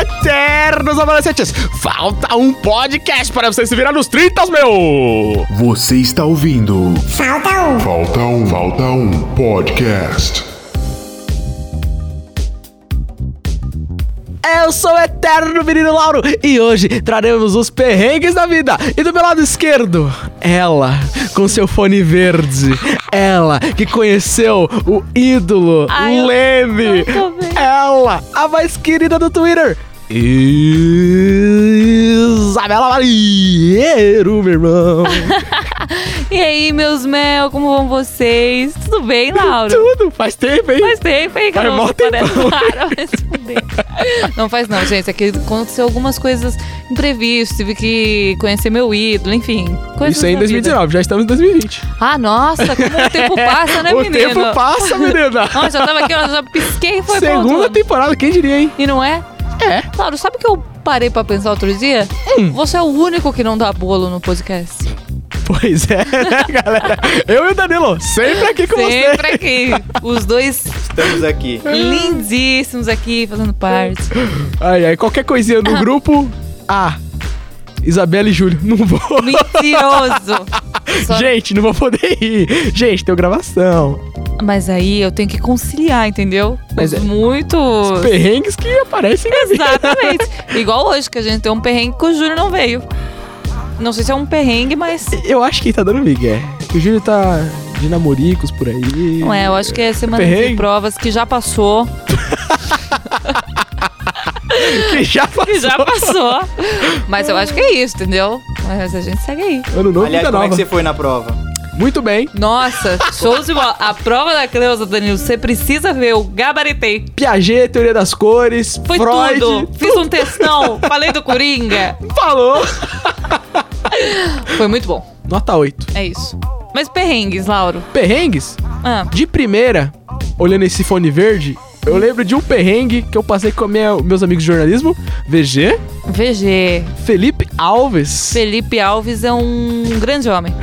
Eternos adolescentes, falta um podcast para vocês se virar nos 30, meu! Você está ouvindo Falta um. Falta um, falta um podcast. Eu sou o Eterno Menino Lauro e hoje traremos os perrengues da vida. E do meu lado esquerdo, ela, com seu fone verde. Ela que conheceu o ídolo Ai, eu Leme. não tô vendo. Ela, a mais querida do Twitter. Isabela Malheiro, meu irmão. E aí, meus mel, como vão vocês? Tudo bem, Lauro? Tudo, faz tempo, hein? Faz tempo, hein, que eu Faz não mó apareço tempão. para responder. Não faz não, gente. É que aconteceu algumas coisas imprevistas. Tive que conhecer meu ídolo, enfim. Coisas Isso aí em da vida. 2019, já estamos em 2020. Ah, nossa, como o tempo passa, né, o menino? tempo passa, menina. Nossa, eu tava aqui, eu já pisquei e foi pra outro Segunda lado. temporada, quem diria, hein? E não é? É. Hum. Lauro, sabe o que eu parei pra pensar outro dia? Você é o único que não dá bolo no podcast. Pois é, né, galera? Eu e o Danilo, sempre aqui com Sempre aqui. Os dois Estamos aqui. lindíssimos aqui fazendo parte. você. Ai, ai, qualquer coisinha no grupo. Ah, Isabela e Júlio, não vou. Mentiroso. Só- Gente, não vou poder ir. Gente, tem gravação. Mas aí eu tenho que conciliar, entendeu? Mas Mas é- muito. Os perrengues que aparecem na vida. Exatamente. Igual hoje, que a gente tem um perrengue que o Júnior não veio. Não sei se é um perrengue, mas. Eu acho que ele tá dando migué. O Júlio tá de namoricos por aí. Não é, eu acho que é semana Perrengue? de provas que já passou. que já passou. Que já passou. mas eu acho que é isso, entendeu? Mas a gente segue aí. Ano novo, Aliás, vida como é que nova. você foi na prova? Muito bem. Nossa, shows de bola. A prova da Cleusa, Danilo, você precisa ver, eu gabaritei. Piaget, teoria das cores, Foi Freud. tudo. Fiz um textão, falei do Coringa. Falou. Foi muito bom. Nota 8. É isso. Mas perrengues, Lauro. Perrengues? Ah, De primeira, olhando esse fone verde, eu lembro de um perrengue que eu passei com a minha- meus amigos de jornalismo, VG, VG. Felipe Alves. Felipe Alves é um grande homem.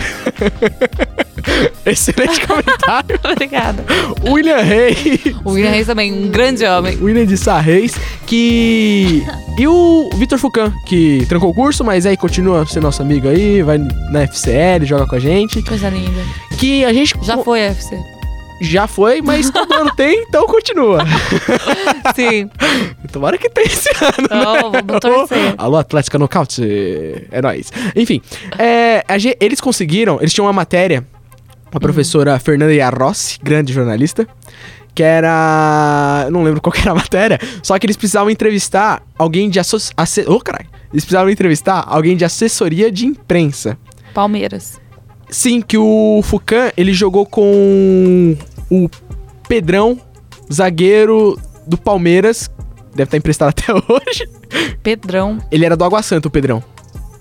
Excelente comentário. Obrigada. William Reis. O William Reis também, um grande homem. William de Sá Reis, que. E o Vitor Fucan, que trancou o curso, mas aí continua sendo nosso amigo aí, vai na FCL, joga com a gente. Coisa linda. Que a gente. Já foi, FC. Já foi, mas todo ano tem, então continua. Sim. Tomara que tenha esse ano. né? Então, vamos torcer. Alô, Atlética Nocaute. É nóis. Enfim, é, a gen- eles conseguiram, eles tinham uma matéria, Uhum. a professora Fernanda Iarrossi, grande jornalista, que era. Eu não lembro qual que era a matéria, só que eles precisavam entrevistar alguém de. Asso... asse- Ô, caralho! Eles precisavam entrevistar alguém de assessoria de imprensa. Palmeiras. Sim, que o Fucan, ele jogou com o Pedrão, zagueiro do Palmeiras, deve estar emprestado até hoje. Pedrão. Ele era do Água Santa, o Pedrão.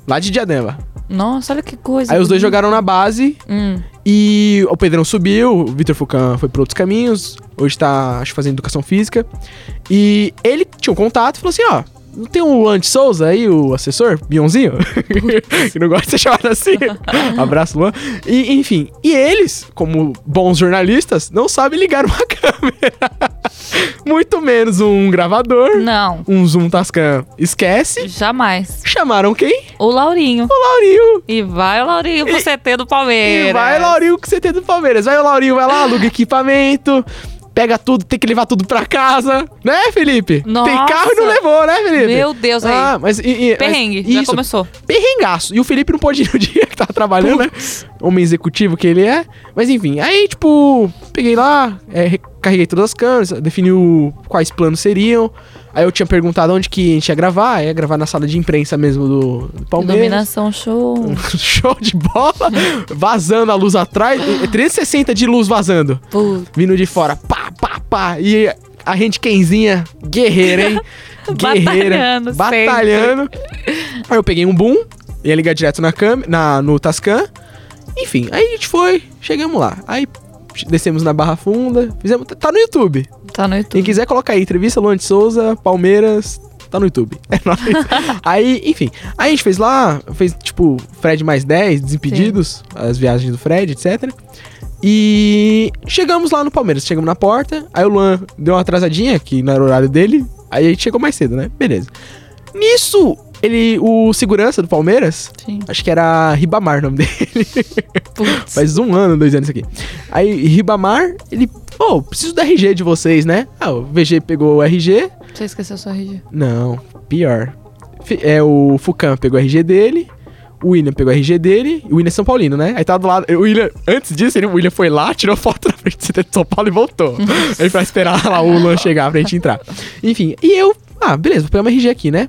Lá de Diadema. Nossa, olha que coisa. Aí os dois bonita. jogaram na base Hum. e o Pedrão subiu, o Vitor Fucan foi por outros caminhos, hoje tá, acho, fazendo educação física. E ele tinha um contato e falou assim, ó, não tem o Luan de Souza aí, o assessor, Bionzinho? que não gosta de ser chamado assim. Abraço, Luan. E, enfim, e eles, como bons jornalistas, não sabem ligar uma câmera. Muito menos um gravador, Não, um Zoom Tascam. Esquece. jamais. Chamaram quem? O Laurinho. o Laurinho. E vai o Laurinho pro CT do Palmeiras. E vai, Laurinho, que você tem do Palmeiras. Vai, o Laurinho, vai lá, aluga equipamento, pega tudo, tem que levar tudo pra casa. Né, Felipe? Tem Nossa. carro e não levou, né, Felipe? Meu Deus, aí. Ah, mas... E, e, Perrengue, mas, já isso, começou. perrengaço. E o Felipe não pode ir no dia que tava trabalhando, né? Homem executivo que ele é. Mas enfim, aí, tipo, peguei lá, é, recarreguei todas as câmeras, defini o- quais planos seriam. Aí eu tinha perguntado onde que a gente ia gravar. Ia gravar na sala de imprensa mesmo do, do Palmeiras. Hum. Iluminação show. Show de bola, vazando a luz atrás, e- 360 de luz vazando, Puta. vindo de fora, pá, pá, pá, e a gente quenzinha, guerreira, hein? Guerreira, Batalhando sempre. batalhando. Aí eu peguei um boom, ia ligar direto na câmera, na, no Tascam, enfim, aí a gente foi, chegamos lá, aí descemos na Barra Funda, fizemos, tá no YouTube, Tá no quem YouTube. quiser, coloca aí. Entrevista Luan de Souza, Palmeiras. Tá no YouTube. É nóis. aí, enfim. Aí a gente fez lá, fez tipo Fred mais 10, Desimpedidos, as viagens do Fred, etc. E chegamos lá no Palmeiras. Chegamos na porta. Aí o Luan deu uma atrasadinha, que não era o horário dele. Aí a gente chegou mais cedo, né? Beleza. Nisso, ele, o segurança do Palmeiras, Sim. acho que era Ribamar o nome dele. Putz. Faz um ano, dois anos isso aqui. Aí Ribamar, ele, ô, preciso do RG de vocês, né? Ah, o VG pegou o RG. Você esqueceu sua RG. Não, pior. Fi- É o Fucan pegou o RG dele. O William pegou o RG dele, e o William é São Paulino, né? Aí tava do lado. O William, antes disso, ele, o William foi lá, tirou foto na frente do CT de São Paulo e voltou. ele pra esperar lá o Luan chegar pra gente entrar. Enfim, e eu, ah, beleza, vou pegar uma RG aqui, né?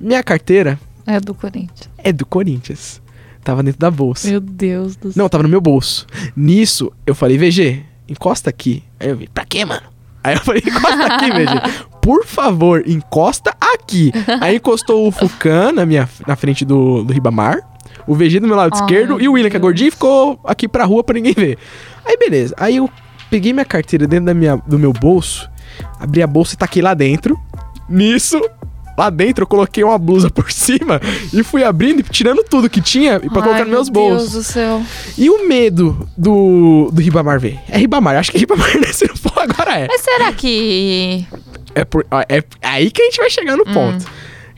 Minha carteira É do Corinthians. é do Corinthians. Tava dentro da bolsa. Meu Deus do céu. Não, tava no meu bolso. Nisso, eu falei, VG, encosta aqui. Aí eu vi, pra quê, mano? Aí eu falei, encosta aqui, VG. Por favor, encosta aqui. Aí encostou o Fucan na, minha, na frente do, do Ribamar, o VG do meu lado Ai, esquerdo e o William, que é Deus. gordinho, ficou aqui pra rua pra ninguém ver. Aí beleza. Aí eu peguei minha carteira dentro da minha, do meu bolso, abri a bolsa e taquei lá dentro. Nisso. Lá dentro eu coloquei uma blusa por cima e fui abrindo e tirando tudo que tinha pra Ai, colocar nos meus meu bolsos. Deus do céu. E o medo do, do Ribamar ver? É Ribamar, acho que é Ribamar, né? Se não for, agora é. Mas será que. É, por- ó, é aí que a gente vai chegar no ponto.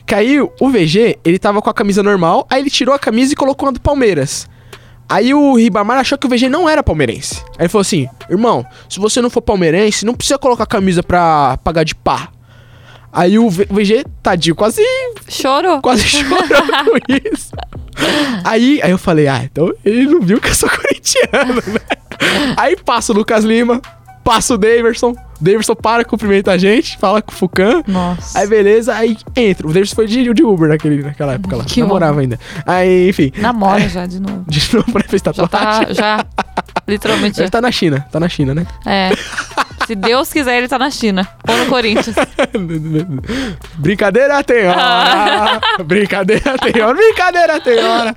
Que aí o VG, ele tava com a camisa normal, aí ele tirou a camisa e colocou a do Palmeiras. Aí o Ribamar achou que o VG não era palmeirense. Aí ele falou assim: irmão, se você não for palmeirense, não precisa colocar a camisa pra pagar de pá. Aí o V- VG, tadinho, quase Chorou? quase chorou com isso. Aí, aí eu falei, ah, então ele não viu que eu sou corintiano, né? Aí passa o Lucas Lima, passa o Daverson, Daverson para, cumprimenta a gente, fala com o Fucan. Nossa. Aí beleza, aí entra. O Daverson foi de, de Uber naquele, naquela época lá, Que namorava ainda. Aí, enfim. Namora Aí, já de novo. De novo pra festa Já tá. Já. Literalmente. Ele já. tá na China, tá na China, né? É. Se Deus quiser, ele tá na China. Ou no Corinthians. Brincadeira tem Ah. hora! Brincadeira tem hora! Brincadeira tem hora!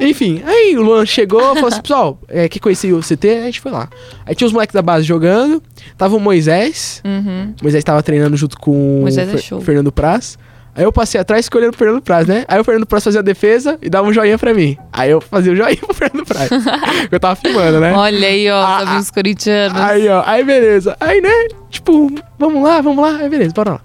Enfim, aí o Luan chegou e falou assim: pessoal, é, que conheci o CT, a gente foi lá. Aí tinha os moleques da base jogando, tava o Moisés, Uhum. Moisés tava treinando junto com o Moisés é Fer- show. Fernando Praz. Aí eu passei atrás escolhendo o Fernando Praz, né? Aí o Fernando Praz fazia a defesa e dava um joinha pra mim. Aí eu fazia o joinha pro Fernando Praz. eu tava filmando, né? Olha aí, ó, Ah, os amigos corintianos. Aí, ó, aí beleza. Aí, né? Tipo, vamos lá, vamos lá. Aí, beleza, bora lá.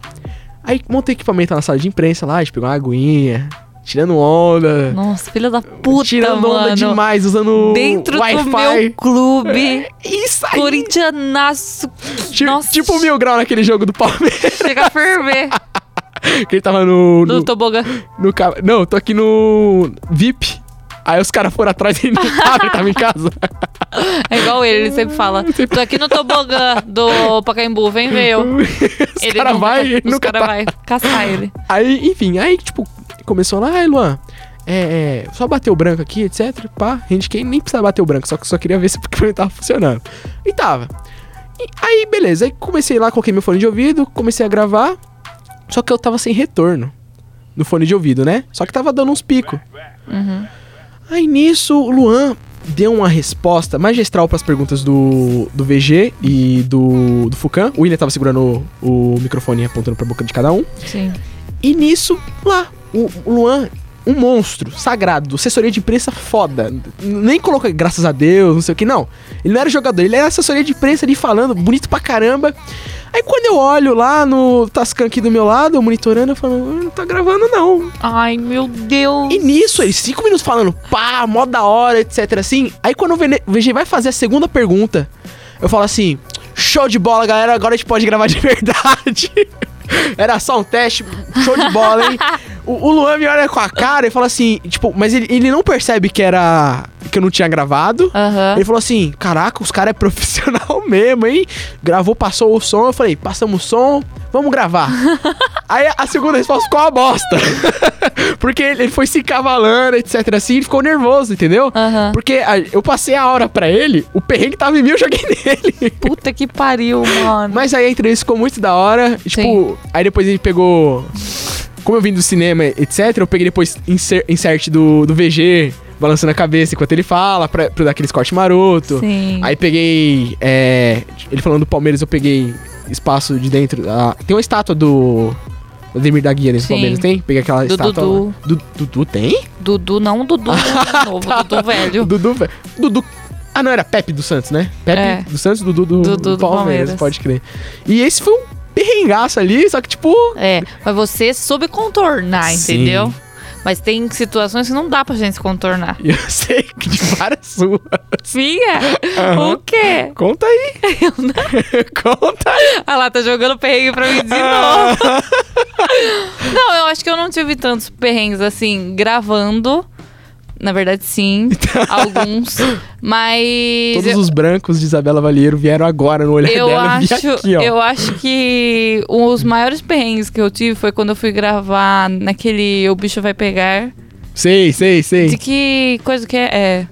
Aí montei equipamento na sala de imprensa lá, a gente pegou uma aguinha, tirando onda. Nossa, filha da puta, tirando onda mano. demais, usando Dentro do Wi-Fi. meu clube. Isso aí! Corintianaço. Ti- Nossa. Tipo o mil grau naquele jogo do Palmeiras, Chega a ferver. que ele tava no. No no, tobogã. no ca- Não, tô aqui no VIP. Aí os caras foram atrás e ele não tava, ele tava em casa. É igual ele, ele sempre fala. Tipo, Tô aqui no tobogã do Pacaembu, vem ver eu. os Ele caras nunca- vai e os nunca cara tá. vai caçar ele. Aí, enfim, aí, tipo, começou lá, ai, Luan, é, é, só bater o branco aqui, etc. Pá, indiquei, nem precisava bater o branco, só que só queria ver se o equipamento tava funcionando. E tava. E aí, beleza, aí comecei lá, coloquei meu fone de ouvido, comecei a gravar, só que eu tava sem retorno no fone de ouvido, né? Só que tava dando uns picos. Aí nisso, o Luan deu uma resposta magistral pras perguntas do, do VG e do, do Fucan. O William tava segurando o, o microfone e apontando pra boca de cada um. Sim. E nisso, lá, o o Luan, um monstro, sagrado, assessoria de imprensa foda. N- Nem coloca graças a Deus, não sei o que, não. Ele não era jogador, ele era assessoria de imprensa ali falando, bonito pra caramba. Aí quando eu olho lá no Tascan aqui do meu lado, monitorando, eu falo, "Ah, não tá gravando não. Ai, meu Deus. E nisso, ele, cinco minutos falando, pá, mó da hora, etc, assim. Aí quando o Vene- o VG vai fazer a segunda pergunta, eu falo assim, show de bola, galera, agora a gente pode gravar de verdade. Era só um teste, show de bola, hein? O, o Luan me olha com a cara e fala assim, tipo, mas ele, ele não percebe que era... que eu não tinha gravado. Aham. Ele falou assim: Caraca, os caras é profissional mesmo, hein? Gravou, passou o som. Eu falei: Passamos o som, vamos gravar. Aí a segunda resposta ficou uma bosta. Porque ele ele foi se cavalando, etc. Assim, ele ficou nervoso, entendeu? Aham. Porque a- eu passei a hora pra ele, o perrengue tava em mim, eu joguei nele. Puta que pariu, mano. Mas aí a entrevista ficou muito da hora. Tipo, Sim. aí depois ele pegou. Como eu vim do cinema, etc., eu peguei depois inser- insert do, do VG, balançando a cabeça enquanto ele fala, pra, pra dar aquele corte maroto. Sim. Aí peguei. é, ele falando do Palmeiras, eu peguei espaço de dentro. ah, tem uma estátua do. do Ademir da Guia dentro Sim. do Palmeiras, tem? Peguei aquela Do estátua. Dudu. lá. Du- Dudu tem? Dudu, não Dudu novo, Dudu velho. Dudu, velho. Dudu. Ah, não, era Pepe do Santos, né? Pepe É. do Santos, Dudu do, Dudu do Palmeiras, Palmeiras. pode crer. E esse foi um perrengaço ali, só que tipo. É, mas você soube contornar, Sim. entendeu? Mas tem situações que não dá pra gente se contornar. Eu sei que de várias suas. Minha? Aham. O quê? Conta aí. Conta aí. Ah lá, tá jogando perrengue pra mim de novo. Não, eu acho que eu não tive tantos perrengues assim, gravando. Na verdade, sim. alguns. Mas. Todos eu- os brancos de Isabela Valheiro vieram agora no olhar Eu dela. vi acho, aqui, ó. eu acho que os maiores perrengues que eu tive foi quando eu fui gravar naquele O Bicho Vai Pegar. Sei, sei, sei. De que coisa que é? é?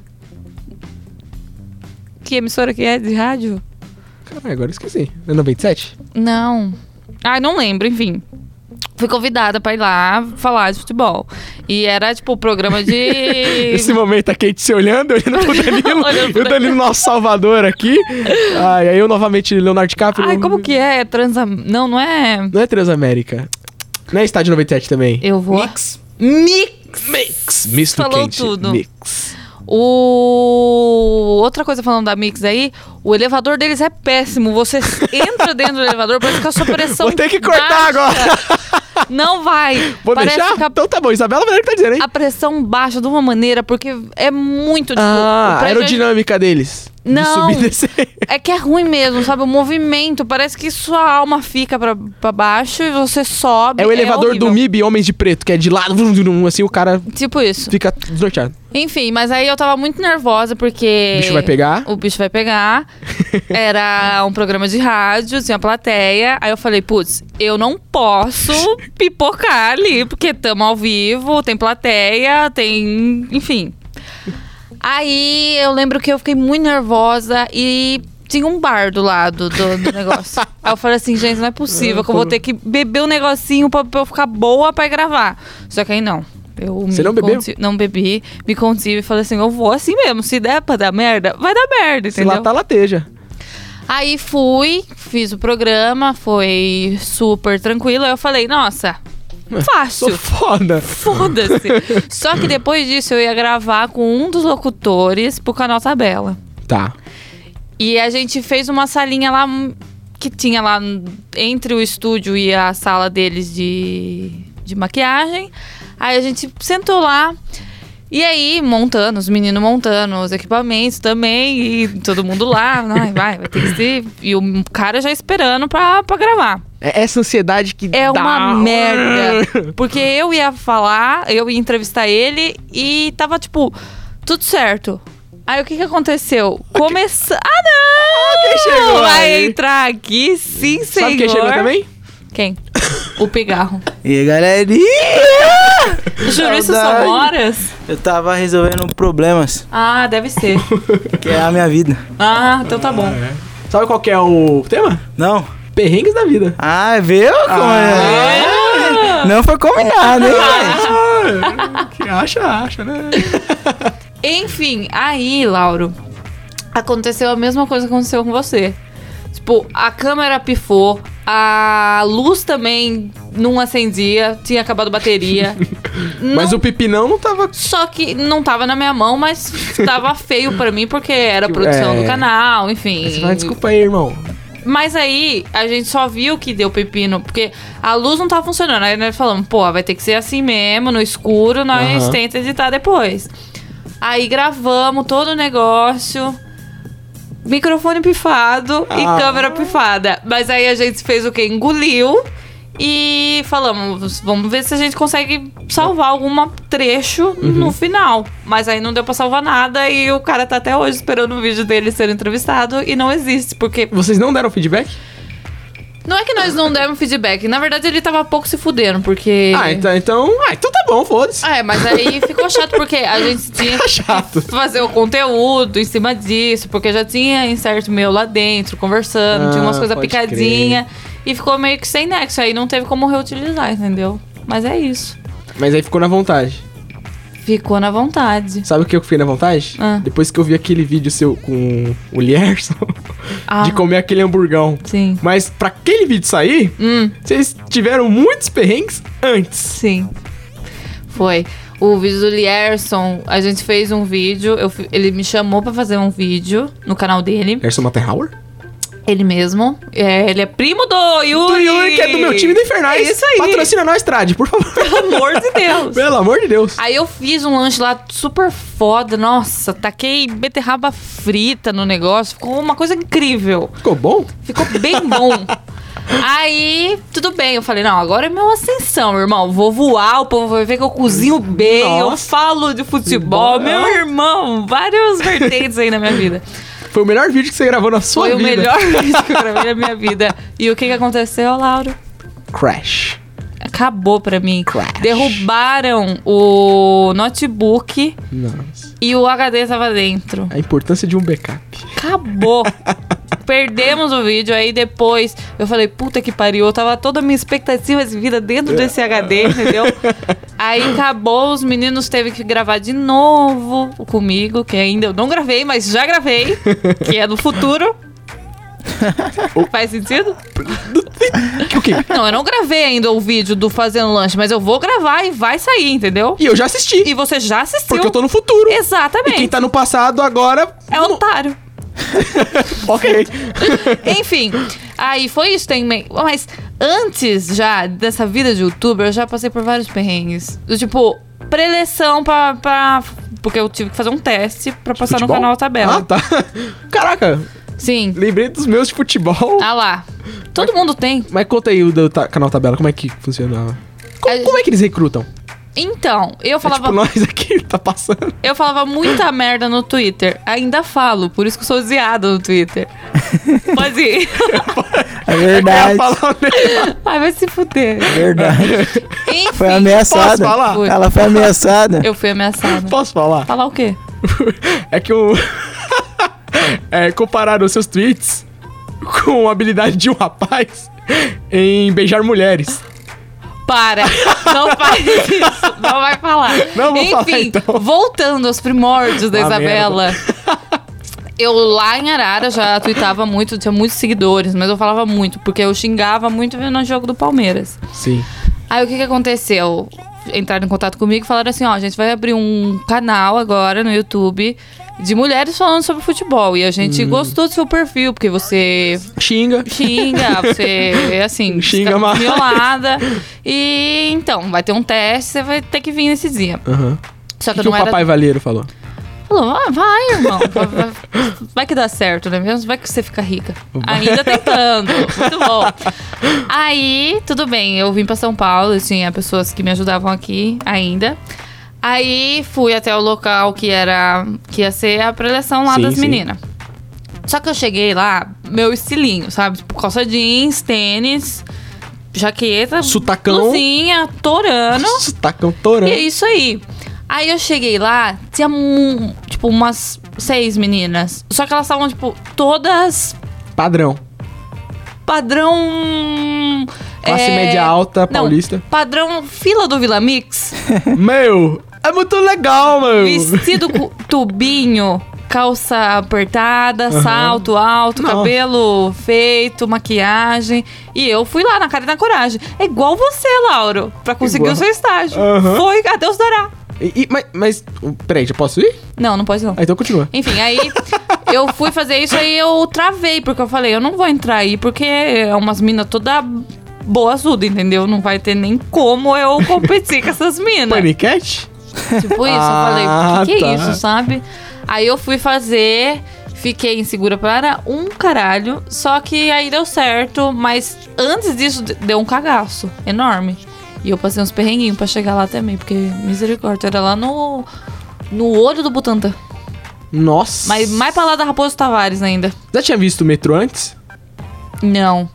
Que emissora que é de rádio? Caralho, agora eu esqueci. É 97? Não. Ah, não lembro, enfim. Fui convidada pra ir lá falar de futebol. E era, tipo, o programa de. Esse momento a Kate se olhando, olhando pro Danilo. Olhando e pro o Danilo, nosso salvador aqui. Ai, aí eu novamente, Leonardo DiCaprio. Ai, como que é? Transa. Não, não é. Não é Transamérica. Não é Estádio 97 também? Eu vou. Mix. Mix. Misto Falou quente. tudo. Mix. O... Outra coisa falando da Mix aí, o elevador deles é péssimo. Você entra dentro do elevador, parece que a sua pressão. Vou ter que cortar baixa. Não vai. Vou parece deixar? que a, Então tá bom. Isabela Valheiro que tá dizendo, hein? a pressão baixa de uma maneira, porque é muito tipo, Ah, o a prédio é- aerodinâmica deles. Não. De subir e descer. É que é ruim mesmo, sabe? O movimento, parece que sua alma fica pra, pra baixo e você sobe. É o elevador do horrível. MIB Homens de Preto, que é de lado, vrum, vrum, assim o cara Tipo isso. fica desnorteado. Enfim, mas aí eu tava muito nervosa porque. O bicho vai pegar. O bicho vai pegar. Era um programa de rádio, tinha plateia. Aí eu falei, putz, eu não posso pipocar ali, porque tamo ao vivo, tem plateia, tem. Enfim. Aí eu lembro que eu fiquei muito nervosa e tinha um bar do lado do, do negócio. Aí eu falei assim, gente, não é possível que eu vou ter que beber um negocinho pra, pra eu ficar boa pra gravar. Só que aí não. Eu Você me não bebeu? conti- Não bebi, me contive e falei assim, eu vou assim mesmo. Se der pra dar merda, vai dar merda, Se entendeu? lá tá lateja. Aí fui, fiz o programa, foi super tranquilo. Aí eu falei, nossa, fácil. É, Sou foda. Foda-se. Só que depois disso eu ia gravar com um dos locutores pro canal Tabela. Tá. E a gente fez uma salinha lá hum, que tinha lá hum, entre o estúdio e a sala deles de, de maquiagem. Aí a gente sentou lá. E aí, montando, os meninos montando os equipamentos também, e todo mundo lá, ai, vai, vai ter que ser. E o cara já esperando pra, pra gravar. É essa ansiedade que É dá- um- uma merda. Porque eu ia falar, eu ia entrevistar ele e tava tipo, tudo certo. Aí o que que aconteceu? Começou. Ah, não! quem chegou Vai aí? entrar aqui, sim, senhor. Sabe quem chegou também? Quem? O pigarro. E aí, galerinha? Juro, isso Saudade. são horas? Eu tava resolvendo problemas, Ah, deve ser. que é a minha vida. Ah, então tá bom. Sabe qual que é o tema? Não? Perrengues da vida. Ah, viu como é? Ah. Não foi combinado, hein, gente? Ah, Que acha, acha, né? Enfim, aí, Lauro, aconteceu a mesma coisa que aconteceu com você. Tipo, a câmera pifou, a luz também não acendia, tinha acabado a bateria. Não- Mas o Pipinão não tava. Só que não tava na minha mão, mas tava feio pra mim porque era produção é. do canal, enfim. Você fala, desculpa aí, irmão. Mas aí a gente só viu que deu pepino, porque a luz não tava funcionando. Aí nós falamos, pô, vai ter que ser assim mesmo, no escuro, nós Aham. tenta editar depois. Aí gravamos todo o negócio. Microfone pifado Ah. e câmera pifada. Mas aí a gente fez o quê? Engoliu e falamos, vamos ver se a gente consegue salvar algum trecho Uhum. no final. Mas aí não deu pra salvar nada e o cara tá até hoje esperando o vídeo dele ser entrevistado e não existe, porque Vocês não deram feedback? não é que nós não demos feedback. Na verdade, ele tava pouco se fudendo, porque. Ah, então, então. Ah, então tá bom, foda-se. Ah, É, mas aí ficou chato, porque a gente tinha Tá que chato. fazer o conteúdo em cima disso, porque já tinha insert meu lá dentro, conversando, Ah, tinha umas coisas pode picadinha. E ficou meio que sem nexo. Aí não teve como reutilizar, entendeu? Mas é isso. Mas aí ficou na vontade. Ficou na vontade. Sabe o que eu fiquei na vontade? Ah. Depois que eu vi aquele vídeo seu com o Lierson Ah, de comer aquele hamburgão. sim. Mas pra aquele vídeo sair, Hum, vocês tiveram muitos perrengues antes. sim. Foi. O vídeo do Lierson, a gente fez um vídeo, eu fi- ele me chamou pra fazer um vídeo no canal dele. Lierson Matterhauer? Ele mesmo. É, ele é primo do Yuri. O Yuri, que é do meu time do Infernais. É isso aí. Patrocina nós, Trade, por favor. Pelo amor de Deus. Pelo amor de Deus. Aí eu fiz um lanche lá super foda. Nossa, taquei beterraba frita no negócio. Ficou uma coisa incrível. Ficou bom? Ficou bem bom. Aí, tudo bem. Eu falei, não, agora é meu ascensão, irmão. Vou voar, o povo vai ver que eu cozinho bem, eu Nossa. falo de futebol. Meu irmão, vários vertentes aí na minha vida. Foi o melhor vídeo que você gravou na sua Foi vida. o melhor vídeo que eu gravei na minha vida. E o que, que aconteceu, Lauro? Crash. Acabou pra mim. Derrubaram o notebook Nossa. e o HD tava dentro. A importância de um backup. Acabou. Perdemos o vídeo. Aí depois eu falei, puta que pariu. Eu tava toda a minha expectativa de vida dentro desse HD, entendeu? Aí acabou, os meninos teve que gravar de novo comigo, que ainda eu não gravei, mas já gravei, que é no futuro. Faz sentido? O quê? Não, eu não gravei ainda o vídeo do Fazendo Lanche, mas eu vou gravar e vai sair, entendeu? E eu já assisti. E você já assistiu. porque eu tô no futuro. E Exatamente. quem tá no passado agora. É otário. Ok. Tá Enfim, aí foi isso também. Mas antes já dessa vida de youtuber, eu já passei por vários perrengues. Do tipo, preleção pra, pra. Porque eu tive que fazer um teste pra passar Futebol? no canal Tabela. Ah, tá. Caraca, Sim. lembrei dos meus de futebol. Ah lá. Todo mundo tem. Mas conta aí o do ta- canal Tabela, como é que funciona? Co- A- Como é que eles recrutam? Então, eu É falava, tipo nós aqui, tá passando. eu falava muita merda no Twitter. Ainda falo, por isso que eu sou odiada no Twitter. Pode ir. É Eu ia verdade. É falar o negócio. Ai, vai se fuder. Verdade. Enfim, Foi ameaçada. posso falar? Foi. Ela foi ameaçada. eu fui ameaçada. Posso falar? Falar o quê? É que o. é, compararam os seus tweets com a habilidade de um rapaz em beijar mulheres. Para! Não faz isso! Não vai falar. Não vou Enfim, falar, então. voltando aos primórdios da Ah, Isabela. Eu lá em Arara já tuitava muito, tinha muitos seguidores, mas eu falava muito, porque eu xingava muito vendo o jogo do Palmeiras. Sim. Aí o que, que aconteceu? Entraram em contato comigo e falaram assim: ó, a gente vai abrir um canal agora no YouTube de mulheres falando sobre futebol. E a gente Hum. gostou do seu perfil, porque você Xinga. xinga, você é assim, Xinga fica mais. violada. E então, vai ter um teste, você vai ter que vir nesse dia. Aham. Só O que, que, que eu o não era. papai valeiro falou? Falou, ah, vai, irmão. Vai, vai- vai que dá certo, né? Mesmo vai que você fica rica. Ainda tentando. Muito bom. Aí, tudo bem, eu vim pra São Paulo, tinha pessoas que me ajudavam aqui ainda. Aí fui até o local que era. que ia ser a preleção lá Sim, das sim. meninas. Só que eu cheguei lá, meu estilinho, sabe? Tipo, calça jeans, tênis, jaqueta, Sutacão. blusinha, torano. Nossa, tá tacão torando. E é isso aí. Aí eu cheguei lá, tinha, mu- tipo, umas seis meninas. Só que elas estavam, tipo, todas Padrão. padrão... Classe é, média alta, não, paulista. Padrão fila do Vila Mix. meu, é muito legal, meu. vestido com tubinho, calça apertada, salto alto, Nossa. cabelo feito, maquiagem. E eu fui lá na cara e na coragem. É igual você, Lauro, pra conseguir Igual. o seu estágio. Aham. Foi, adeus dará. E- e- mas, mas, peraí, já posso ir? Não, não pode não. Ah, então continua. Enfim, aí eu fui fazer isso aí eu travei, porque eu falei, eu não vou entrar aí, porque é umas minas toda boa azuda, entendeu? Não vai ter nem como eu competir com essas minas. Panicat? Tipo isso, Ah, eu falei, o que, que é tá. isso, sabe? Aí eu fui fazer, fiquei insegura para um caralho, só que aí deu certo, mas antes disso de- deu um cagaço enorme. E eu passei uns perrenguinhos pra chegar lá também, porque misericórdia, era lá no, no olho do Butantan. Nossa. Mas mais pra lá da Raposo Tavares ainda. Já tinha visto o metrô antes? Não.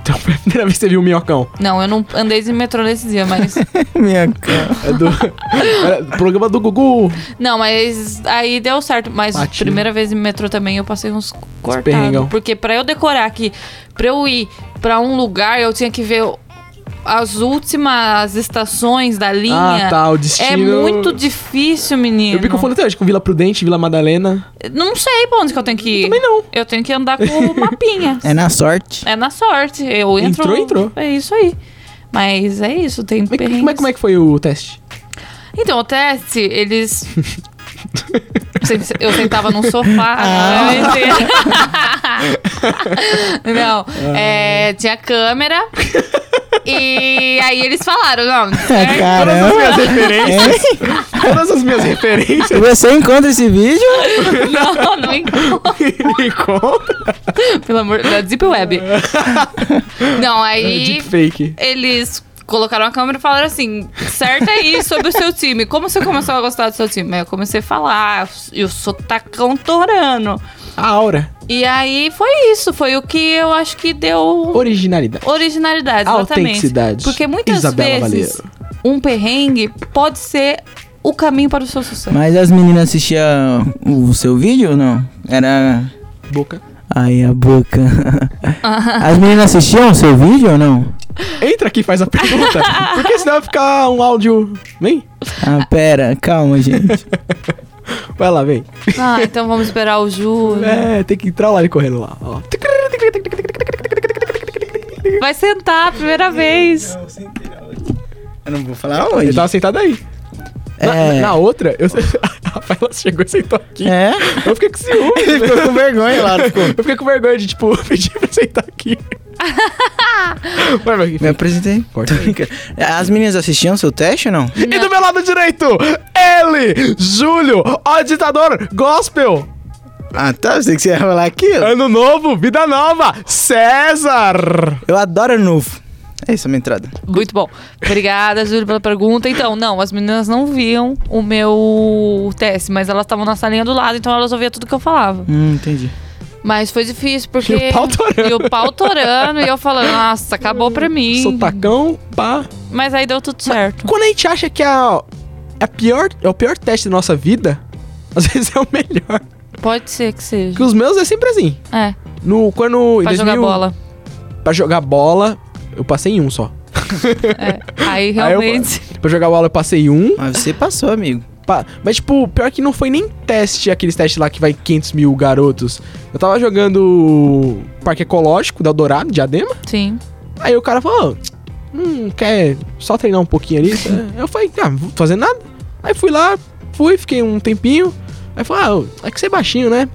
Então foi a primeira vez que você viu o minhocão. Não, eu não andei de metrô nesse dia, mas. Minha cara. É do era do programa do Gugu. não, mas aí deu certo. Mas Batido. primeira vez em metrô também eu passei uns cortados. perrengão. Porque pra eu decorar aqui, pra eu ir pra um lugar, eu tinha que ver as últimas estações da linha. Ah, tá, o destino. É muito difícil, menino. Eu me confundo até hoje com Vila Prudente, Vila Madalena. Não sei pra onde que eu tenho que ir. Também não. Eu tenho que andar com o mapinha. É na sorte. É na sorte. Eu entro. Entrou, entrou. É isso aí. Mas é isso, tem Mas perrengues. Como é, como é que foi o teste? Então, o teste, eles. sen- eu sentava num sofá. Não, é mentira. Não, é, tinha câmera. E aí eles falaram, não, certo? Todas as É, Caramba. É. minhas referências. Todas as minhas referências. Você encontra esse vídeo? não, não encontro. Me conta. Pelo amor da Deep Web. Não, aí Deepfake. eles colocaram a câmera e falaram assim: certa aí sobre o seu time. Como você começou a gostar do seu time? Aí eu comecei a falar, eu sou tacão torano. A aura. E aí foi isso, foi o que eu acho que deu Originalidade. originalidade, exatamente. Autenticidade. Porque muitas Isabela vezes um perrengue pode ser o caminho para o seu sucesso. Mas as meninas assistiam o seu vídeo ou não? Era. Boca. Ai, a boca. As meninas assistiam o seu vídeo ou não? Entra aqui e faz a pergunta. Porque senão vai ficar um áudio. Vem. Ah, pera, calma, gente. Vai lá, vem. Ah, então vamos esperar o né? Júlio. É, tem que entrar lá e correndo lá. ó. É. Vai sentar a primeira vez. Eu não vou falar Ele hoje. tava sentado aí. Na, É. na outra, eu... a Rafaela chegou e sentou aqui. É? Eu fiquei com ciúme. ficou com vergonha lá, ficou. Eu fiquei com vergonha de, tipo, pedir pra sentar aqui. Vai, vai, Me enfim. apresentei. Corta. Tô brincando. As meninas assistiam o seu teste ou não? E do meu lado direito, ele, Júlio, ó ditador, gospel, Ah, tá. Pensei que você ia falar aquilo. ano novo, vida nova, César. Eu adoro novo. É isso a minha entrada. Muito bom. Obrigada, Júlio, pela pergunta. Então, não, as meninas não viam o meu teste, mas elas estavam na salinha do lado, então elas ouviam tudo que eu falava. Hum, entendi. Mas foi difícil, porque. E o pau torando. E o pau torando, e eu falando, nossa, acabou pra mim. Sotacão, pá. Mas aí deu tudo certo. Quando a gente acha que é a, a pior, é o pior teste da nossa vida, às vezes é o melhor. Pode ser que seja. Porque os meus é sempre assim. É, No, quando, em um. pra jogar 2000 bola. Pra jogar bola, eu passei em um só. É. Aí Aí eu- realmente. pra jogar bola, eu passei em um. Mas você passou, amigo. Pa- Mas, tipo, pior que não foi nem teste, aqueles testes lá que vai 500 mil garotos. Eu tava jogando Parque Ecológico da Eldorado, Diadema. Sim. Aí o cara falou, "Ô, hum, quer só treinar um pouquinho ali? eu falei, ah, não vou fazer nada. Aí fui lá, fui, fiquei um tempinho. Aí falou, ah, é que você é baixinho, né?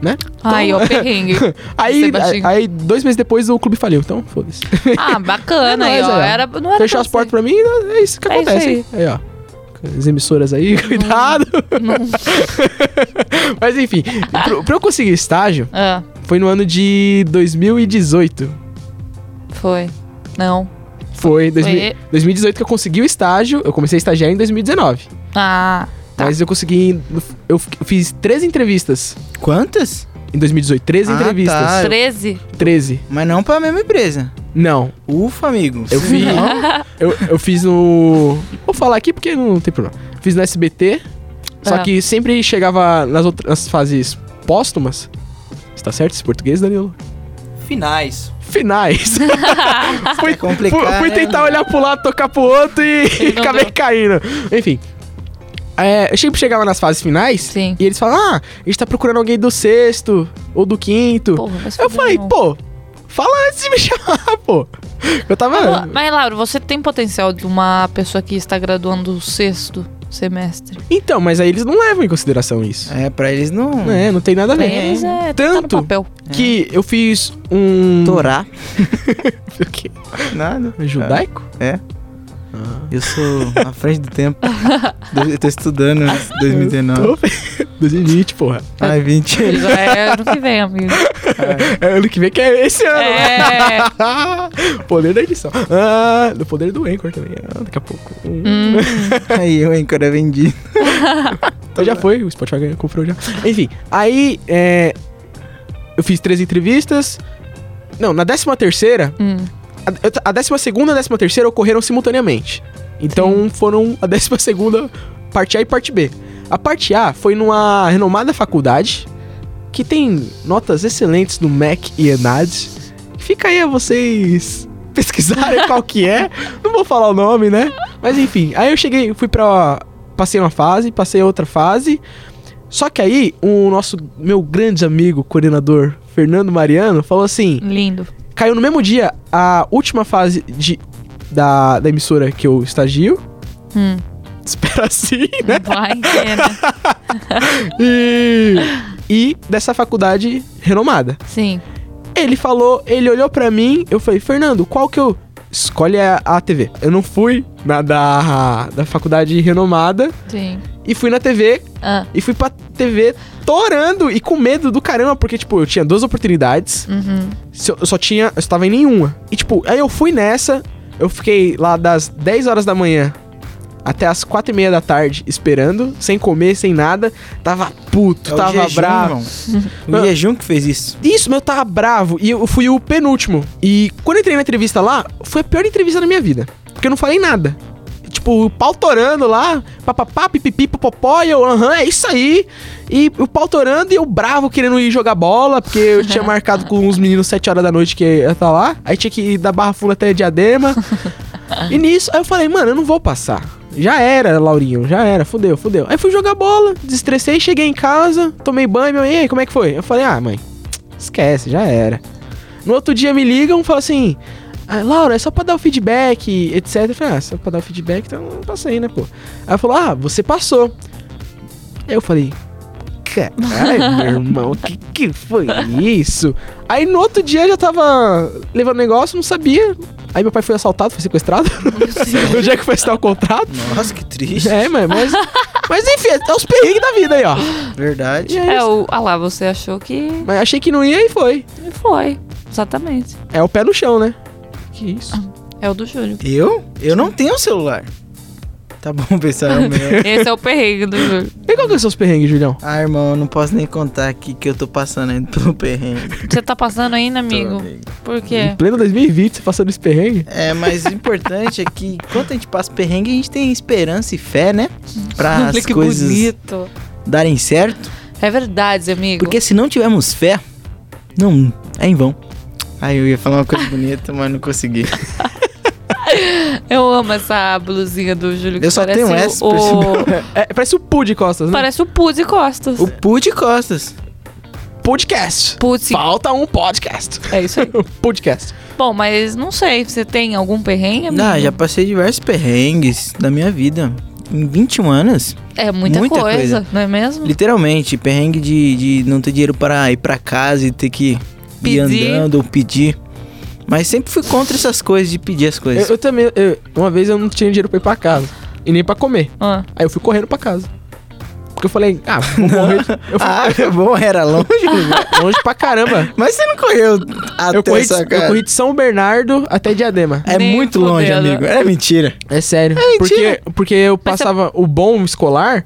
Né? Aí, Então- ó, perrengue. Aí, Você é baixinho. aí, dois meses depois, o clube faliu. Então, foda-se. Ah, bacana Não, aí, mas ó. é. Era, não era Fechar pra as portas ser. pra mim, é isso que É isso acontece. hein? aí. ó. As emissoras aí, cuidado. Mas enfim, pra, pra eu conseguir estágio, Ah, foi no ano de 2018. foi. Não. Foi, dois mil- Foi. 2018 que eu consegui o estágio. Eu comecei a estagiar em 2019. Ah, tá. Mas eu consegui. Eu f- fiz 13 entrevistas Quantas? em 2018. 13 Ah, entrevistas. tá. 13? 13. Mas não pra mesma empresa. Não, Ufa, amigo. eu fiz. Não. eu, eu fiz no. Vou falar aqui porque não tem problema. Fiz no SBT. Só Ah. que sempre chegava nas outras fases póstumas. Está certo esse português, Danilo? Finais. Finais. fui, É complicado, fui- fui né? tentar olhar pro lado, tocar pro outro e não acabei deu. caindo. Enfim. É, eu sempre chegava nas fases finais Sim. e eles falavam: Ah, a gente tá procurando alguém do sexto ou do quinto. Porra, vai se eu fuder, falei, não. pô, fala antes de me chamar, pô. Eu tava. Mas, mas, Laura, você tem potencial de uma pessoa que está graduando o sexto semestre? Então, mas aí eles não levam em consideração isso. É, pra eles não. É, não tem nada a Pra ver. eles é Tanto tá no papel. que eu fiz um. Torá. O quê? É Nada. Judaico? É? Eu sou à frente do tempo. Do- Eu tô estudando 2019. Tô... 2020, porra. Ai, 20 anos. Já é ano que vem, amigo. É ano que vem que é esse ano, É. né? poder da edição. Ah, do poder do Anchor também. Ah, daqui a pouco. Hum. Hum, Aí eu, hein, cara, vendi. Então já foi, o Spotify ganhou, comprou já. Enfim, aí é, eu fiz três entrevistas. Não, na décima terceira, hum. a- eu ta- a décima segunda e a décima terceira ocorreram simultaneamente. Então foram a décima segunda, parte A e parte B. A parte A foi numa renomada faculdade que tem notas excelentes no MEC e ENADS. Fica aí a vocês pesquisarem qual que é. Não vou falar o nome, né? Mas enfim, aí eu cheguei, fui pra. Passei uma fase, passei outra fase. Só que aí o nosso, meu grande amigo, coordenador Fernando Mariano, falou assim: Lindo. Caiu no mesmo dia a última fase de, da, da emissora que eu estagio. Hum. espera assim, né? Vai, é, né? E, e dessa faculdade renomada. Sim. Ele falou, ele olhou pra mim, eu falei, Fernando, qual que eu. Escolhe a, a TV. Eu não fui na da, da faculdade renomada Sim. e fui na TV Ah, e fui pra TV torando e com medo do caramba, porque, tipo, eu tinha duas oportunidades. uhum. Se Eu eu só tinha. Eu estava em nenhuma. E, tipo, aí eu fui nessa. Eu fiquei lá das 10 horas da manhã até as 4 e meia da tarde esperando, sem comer, sem nada. Tava puto, É o tava jejum, bravo. irmão. O jejum que fez isso. Isso, mas eu tava bravo. E eu fui o penúltimo. E quando eu entrei na entrevista lá, foi a pior entrevista da minha vida. Porque eu não falei nada. Tipo, o pau torando lá, papapá, pipipi, popopó, e eu, aham, é isso aí. E o pau torando e eu bravo querendo ir jogar bola, porque eu tinha marcado com uns meninos 7 horas da noite que ia estar lá. Aí tinha que ir da Barra Funda até Diadema. E nisso, aí eu falei, mano, eu não vou passar. Já era, Laurinho, já era, fudeu, fudeu. Aí fui jogar bola, desestressei, cheguei em casa, tomei banho, minha mãe, e aí, como é que foi? Eu falei, ah, mãe, esquece, já era. No outro dia me ligam e falam assim, ah, Laura, é só pra dar o feedback, etc. Eu falei, ah, só pra dar o feedback, então eu não passei, né, pô. Aí ela falou, ah, você passou. Aí eu falei, caralho, meu irmão, que que foi isso? Aí no outro dia eu já tava levando negócio, não sabia. Aí meu pai foi assaltado, foi sequestrado. no dia que foi assinar o contrato. Nossa, que triste. É, mãe, mas... Mas enfim, é os perrengues da vida aí, ó. E Verdade. é É, isso. o... Ah lá, você achou que Mas achei que não ia e foi. foi. Exatamente. É o pé no chão, né? Que isso. É o do Júlio. Eu? Eu não tenho celular. Tá bom, pessoal, é o meu. Esse é o perrengue do Júlio. E qual que é os seus perrengues, Julião? Ah, irmão, eu não posso nem contar aqui que eu tô passando ainda pelo perrengue. Você tá passando ainda, amigo? Tô, amigo. Por Em quê? pleno 2020, você passando esse perrengue? É, mas o importante é que enquanto a gente passa perrengue, a gente tem esperança e fé, né? Pra Olha as que coisas bonito. darem certo. É verdade, amigo. Porque se não tivermos fé, não, é em vão. Aí eu ia falar uma coisa bonita, mas não consegui. Eu amo essa blusinha do Júlio. que Eu só parece tenho essa, o... percebeu? É, parece o Pud Costas, né? Parece o Pude Costas. O Pu de costas. Podcast. Putz, Falta um podcast. é isso aí. podcast. Bom, mas não sei, você tem algum perrengue? amigo? Ah, já passei diversos perrengues da minha vida. Em 21 anos, É muita, muita coisa, coisa. não é mesmo? literalmente, perrengue de, de não ter dinheiro para ir pra casa e ter que Pedir. ir andando ou pedir. Mas sempre fui contra essas coisas de pedir as Eu, coisas. eu também, eu- uma vez eu não tinha dinheiro pra ir pra casa. E nem pra comer. Ah, Aí eu fui correndo pra casa. Porque eu falei, ah, vou correr. Eu fui Ah, é bom, era longe. longe pra caramba. Mas você não correu até Eu corri, de, essa eu casa. corri de São Bernardo até Diadema. É Nem muito longe, fudendo. amigo. É mentira. É sério. mentira. porque, porque eu passava o bom escolar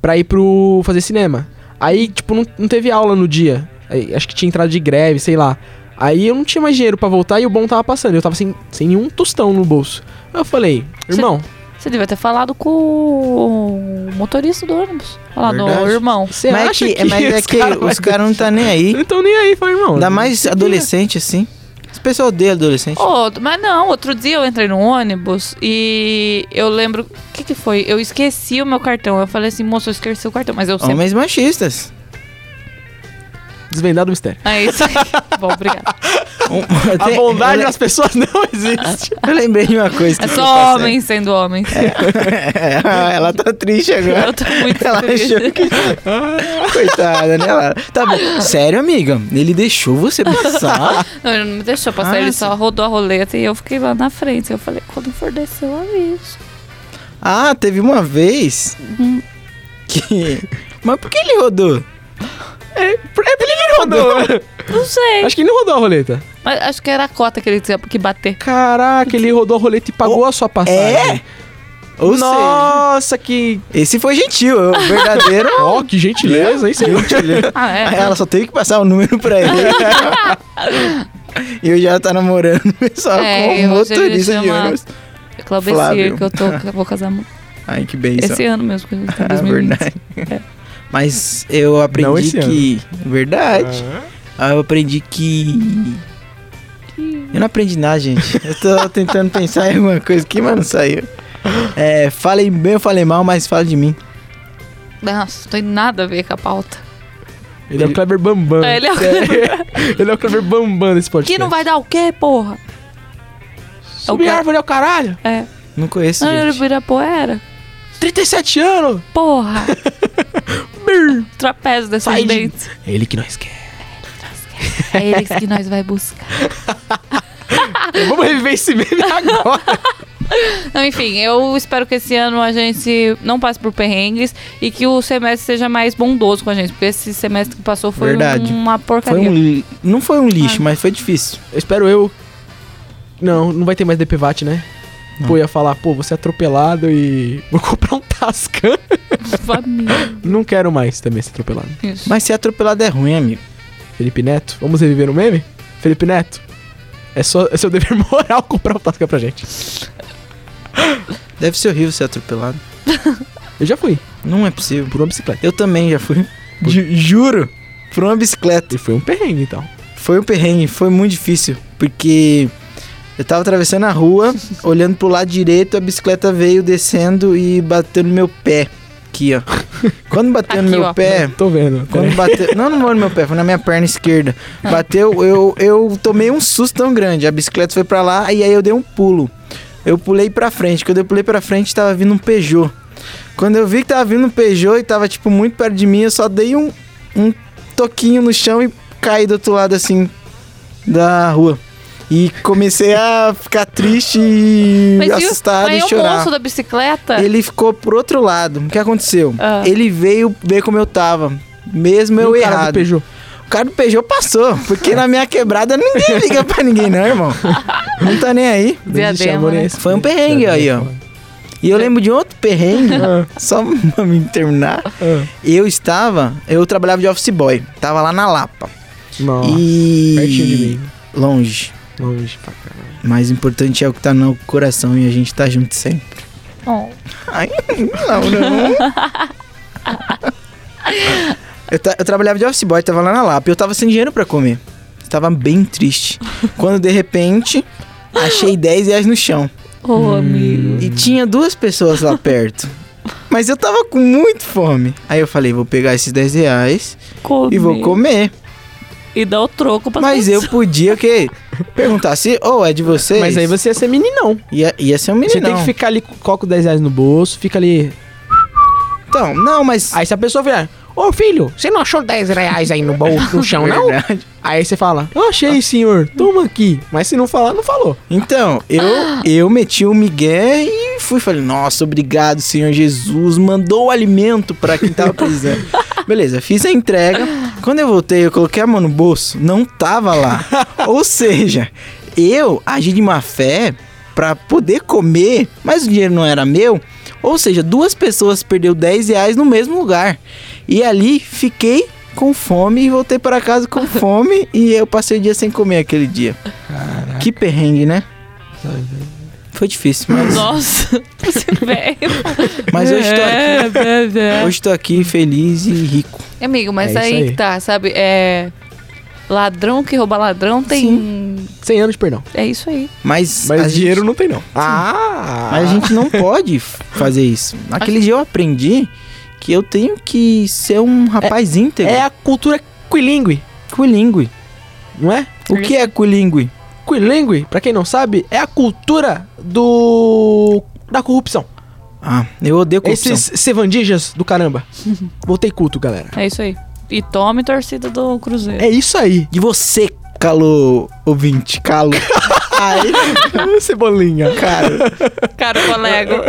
pra ir pro fazer cinema. Aí, tipo, não, não teve aula no dia. Aí, acho que tinha entrado de greve, sei lá. Aí eu não tinha mais dinheiro pra voltar e o bom tava passando. Eu tava sem, sem nenhum tostão no bolso. Aí eu falei, irmão, você devia ter falado com o motorista do ônibus. Falar do Verdade. irmão. você mas acha é que, que, mas é que os caras não tá nem aí. não estão nem aí, falei, irmão. Ainda mais você tem- adolescente, assim. As pessoas odeiam adolescente. Ô, mas não, outro dia eu entrei no ônibus e eu lembro. O que, que foi? Eu esqueci o meu cartão. Eu falei assim, moço, eu esqueci o cartão, mas eu sempre. Homens machistas. Desvendado o mistério. É isso aí. Bom, obrigada. Um- A tem- bondade eu, das pessoas não existe. eu lembrei de uma coisa. que É eu só tô homens sendo homens. É. passando. Ela tá triste agora. Eu tô muito Ela triste. achou que. Coitada, né, Lara? Tá bom. Sério, amiga. Ele deixou você passar. Não, ele não me deixou passar, Ah, ele sim. só rodou a roleta e eu fiquei lá na frente. Eu falei, quando for descer, eu aviso. Ah, teve uma vez. Que. Mas por que ele rodou? É, por- é porque ele não rodou. Não sei. Acho que ele não rodou a roleta. Mas acho que era a cota que ele tinha que bater. Caraca, ele rodou a roleta e pagou a sua passagem. É? Ou Nossa, que. seja, esse foi gentil. é O verdadeiro. Ó, que gentileza, hein, senhor? Ah, é? Aí ela só teve que passar o número pra ele. E eu já tá namorando o pessoal É, com um hoje ele motorista de chama- ônibus. Claudecir, Flávio. que eu tô. que eu vou casar mu- Ai, que benção. esse É. ano mesmo, que a gente tá em Ah, 2020. verdade. Mas eu Não aprendi esse ano. que. É. Verdade. Ah, Eu aprendi que. Eu não aprendi nada, gente. Eu tô tentando pensar em alguma coisa aqui, mas não saiu. É, falei bem ou falei mal, mas fala de mim. Nossa, não tem nada a ver com a pauta. Ele é o Kleber Bambam. É, ele é o ele é o Kleber Bambam nesse podcast. Que não vai dar o quê, porra? Subir o Cle- árvore é o caralho. É. Não conheço, Não era gente. Ibirapuera? 37 anos! Porra! Trapézio desses Sai de- dentes. Ele que nós quer. É eles que nós vai buscar. Vamos reviver esse meme agora. Não, enfim, eu espero que esse ano a gente não passe por perrengues e que o semestre seja mais bondoso com a gente, porque esse semestre que passou foi Verdade. uma Foi porcaria. um, li- não foi um lixo, Ah. mas foi difícil. Eu espero eu. Não, não vai ter mais DPVAT, né? Não. Pô, ia falar, pô, você é atropelado e vou comprar um Tascan. Família. Não quero mais também ser atropelado. Isso. Mas ser atropelado é ruim, amigo. Felipe Neto, vamos reviver o meme? Felipe Neto, é, só, é seu dever moral comprar um Tascan pra gente. Deve ser horrível ser atropelado. Eu já fui, Não é possível. por uma bicicleta. Eu também já fui. Ju- juro. Por uma bicicleta. E foi um perrengue, então. Foi um perrengue, foi muito difícil. Porque eu tava atravessando a rua, olhando pro lado direito, a bicicleta veio descendo e bateu no meu pé. Aqui, ó. Quando bateu no Aqui, meu ó. pé. Tô vendo. Quando peraí. bateu. Não, não foi no meu pé, foi na minha perna esquerda. Bateu, eu, eu tomei um susto tão grande. A bicicleta foi pra lá e aí eu dei um pulo. Eu pulei pra frente. Quando eu pulei pra frente, tava vindo um Peugeot. Quando eu vi que tava vindo um Peugeot e tava, tipo, muito perto de mim, eu só dei um, um toquinho no chão e caí do outro lado, assim, da rua. E comecei a ficar triste e Mas e o- assustado mas e e o chorar. moço da bicicleta? Ele ficou pro outro lado. O que aconteceu? Ah. Ele veio ver como eu tava. Mesmo E eu o cara do errado. Peugeot. o cara do Peugeot passou. Porque na minha quebrada ninguém liga pra ninguém, não, irmão. Não tá nem aí. Diadema, é né? Foi um perrengue aí, ó. E eu lembro de outro perrengue, É. só pra me terminar. Eu estava, eu trabalhava de office boy, tava lá na Lapa. Não, e. pertinho de mim. Longe. Longe pra cá. Mas o importante é o que tá no coração e a gente tá junto sempre. Oh. Ai, não, né, não. eu, ta- eu trabalhava de office boy, tava lá na Lapa. e Eu tava sem dinheiro pra comer. Tava bem triste. Quando de repente, achei 10 reais no chão. Ô, Hum. amigo. E tinha duas pessoas lá perto. Mas eu tava com muito fome. Aí eu falei, vou pegar esses 10 reais Come. e vou comer. E dá o troco pra Mas eu podia o quê? Perguntar se, ou é de vocês? Mas aí você ia ser meninão. Ia, ia ser um Você meninão. tem que ficar ali, coloca os 10 reais no bolso, fica ali. Então, não, mas... Aí se a pessoa virar, ô filho, você não achou 10 reais aí no bolso, no chão, não? Verdade. Ah. Aí você fala, eu achei, senhor, toma aqui. Mas se não falar, não falou. Então, eu, eu meti o migué e fui. Falei, nossa, obrigado, Senhor Jesus. Mandou o alimento pra quem tava precisando. Beleza, fiz a entrega. Quando eu voltei, eu coloquei a mão no bolso. Não tava lá. Ou seja, eu agi de má fé pra poder comer, mas o dinheiro não era meu. Ou seja, duas pessoas perdeu 10 reais no mesmo lugar. E ali fiquei com fome e voltei pra casa com fome. e eu passei o dia sem comer aquele dia. Que perrengue, né? Foi difícil, mas, Nossa, você é velho. mas é hoje tô aqui. aqui. Hoje tô aqui feliz e rico. Amigo, mas É isso aí, aí. que tá, sabe? É. Ladrão que rouba ladrão tem. 100 anos de perdão. É isso aí. Mas, Mas a gente- dinheiro não tem, não. Ah! mas a gente não pode f- fazer isso. Naquele dia eu aprendi que eu tenho que ser um rapaz íntegro. É a cultura quilingue, Cuilingue. não é? O que é cuilingue? Quilingue, pra quem não sabe, é a cultura do. da corrupção. Ah, eu odeio corrupção. Esses sevandijas do caramba. Voltei culto, galera. É isso aí. E tome torcida do Cruzeiro. É isso aí. E você, calou ouvinte, calo. Aí, Cebolinha. cara, É. Cara, colega.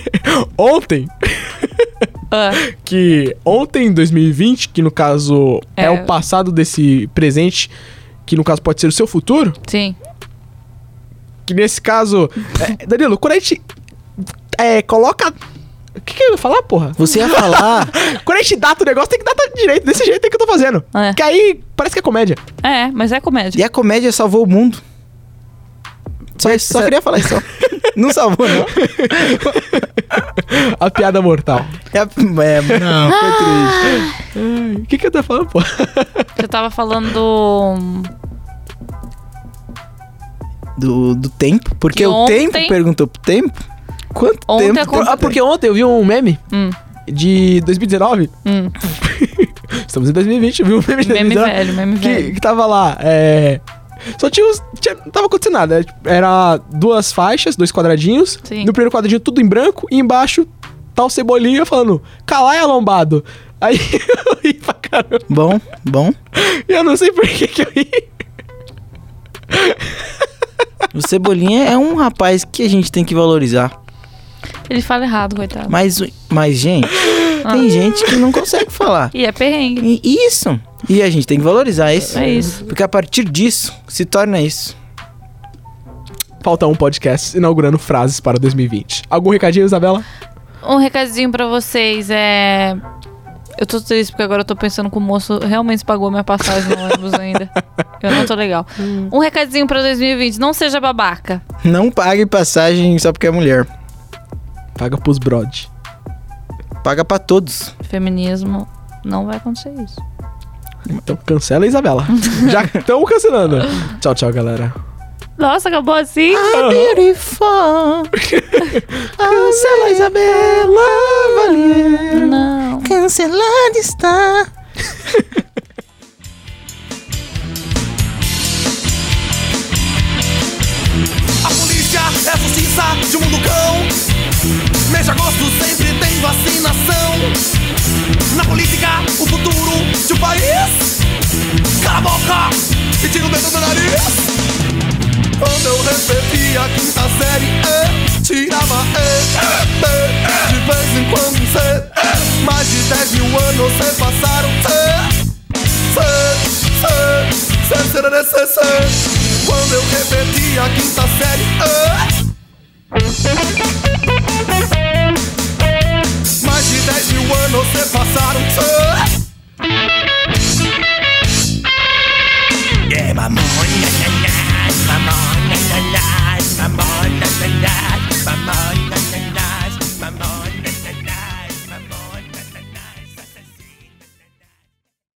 ontem, Ah, que ontem, 2020, que no caso é. É. o passado desse presente, que no caso pode ser o seu futuro, sim. que nesse caso. é, Danilo, quando a gente é, coloca. O que, que eu ia falar, porra? você ia falar. Quando a gente data o negócio, tem que datar direito, desse jeito é que eu tô fazendo. É. Que aí parece que é comédia. É, mas é E comédia. a comédia salvou o mundo. Só, só queria falar isso. Não salvou, não. A piada mortal. É, é, não, foi triste. Ai, O que, que eu tô falando, pô? Você tava falando do. Do, do tempo. Porque Que o ontem- tempo perguntou pro tempo. Quanto Ontem tempo? acon- Ah, porque ontem eu vi um meme Hum, de 2019. hum. Estamos em 2020, eu vi um meme de Meme 2019. velho, meme que, velho. que tava lá, é. Só tinha uns. tinha- não tava acontecendo nada. Era duas faixas, dois quadradinhos. Sim. No primeiro quadradinho, tudo em branco. E embaixo, tal Cebolinha falando, calaia lombado. Aí eu ri pra caramba. Bom, bom. E eu não sei por que que eu ri. O Cebolinha é um rapaz que a gente tem que valorizar. Ele fala errado, coitado. Mas, o- mas gente, Ah. tem gente que não consegue falar. E é perrengue. E isso. E a gente tem que valorizar isso. É isso. Porque a partir disso, se torna isso. Falta um podcast inaugurando frases para 2020. Algum recadinho, Isabela? Um recadinho pra vocês é. Eu tô triste porque agora eu tô pensando que o moço realmente pagou minha passagem no ônibus ainda. Eu não tô legal. Um recadinho pra 2020, não seja babaca. Não pague passagem só porque é mulher. Paga pros brod. Paga pra todos. Feminismo não vai acontecer isso. Então cancela a Isabela. Já estão cancelando. Tchau, tchau, galera. Nossa, acabou assim? Beautiful. Cancela Ah, Isabela Valier. Não. Cancelada está. A polícia é justiça de um mundo cão. Mês de agosto sempre tem vacinação. Na política, o futuro de um país. Cala a boca e tira o dedo do nariz. Quando eu recebi a quinta série, eu tirava E, E, E, de vez em quando um C. E. Mais de 10 mil anos se passaram. E, C, C, C, C, C, C, C. Quando eu repeti a quinta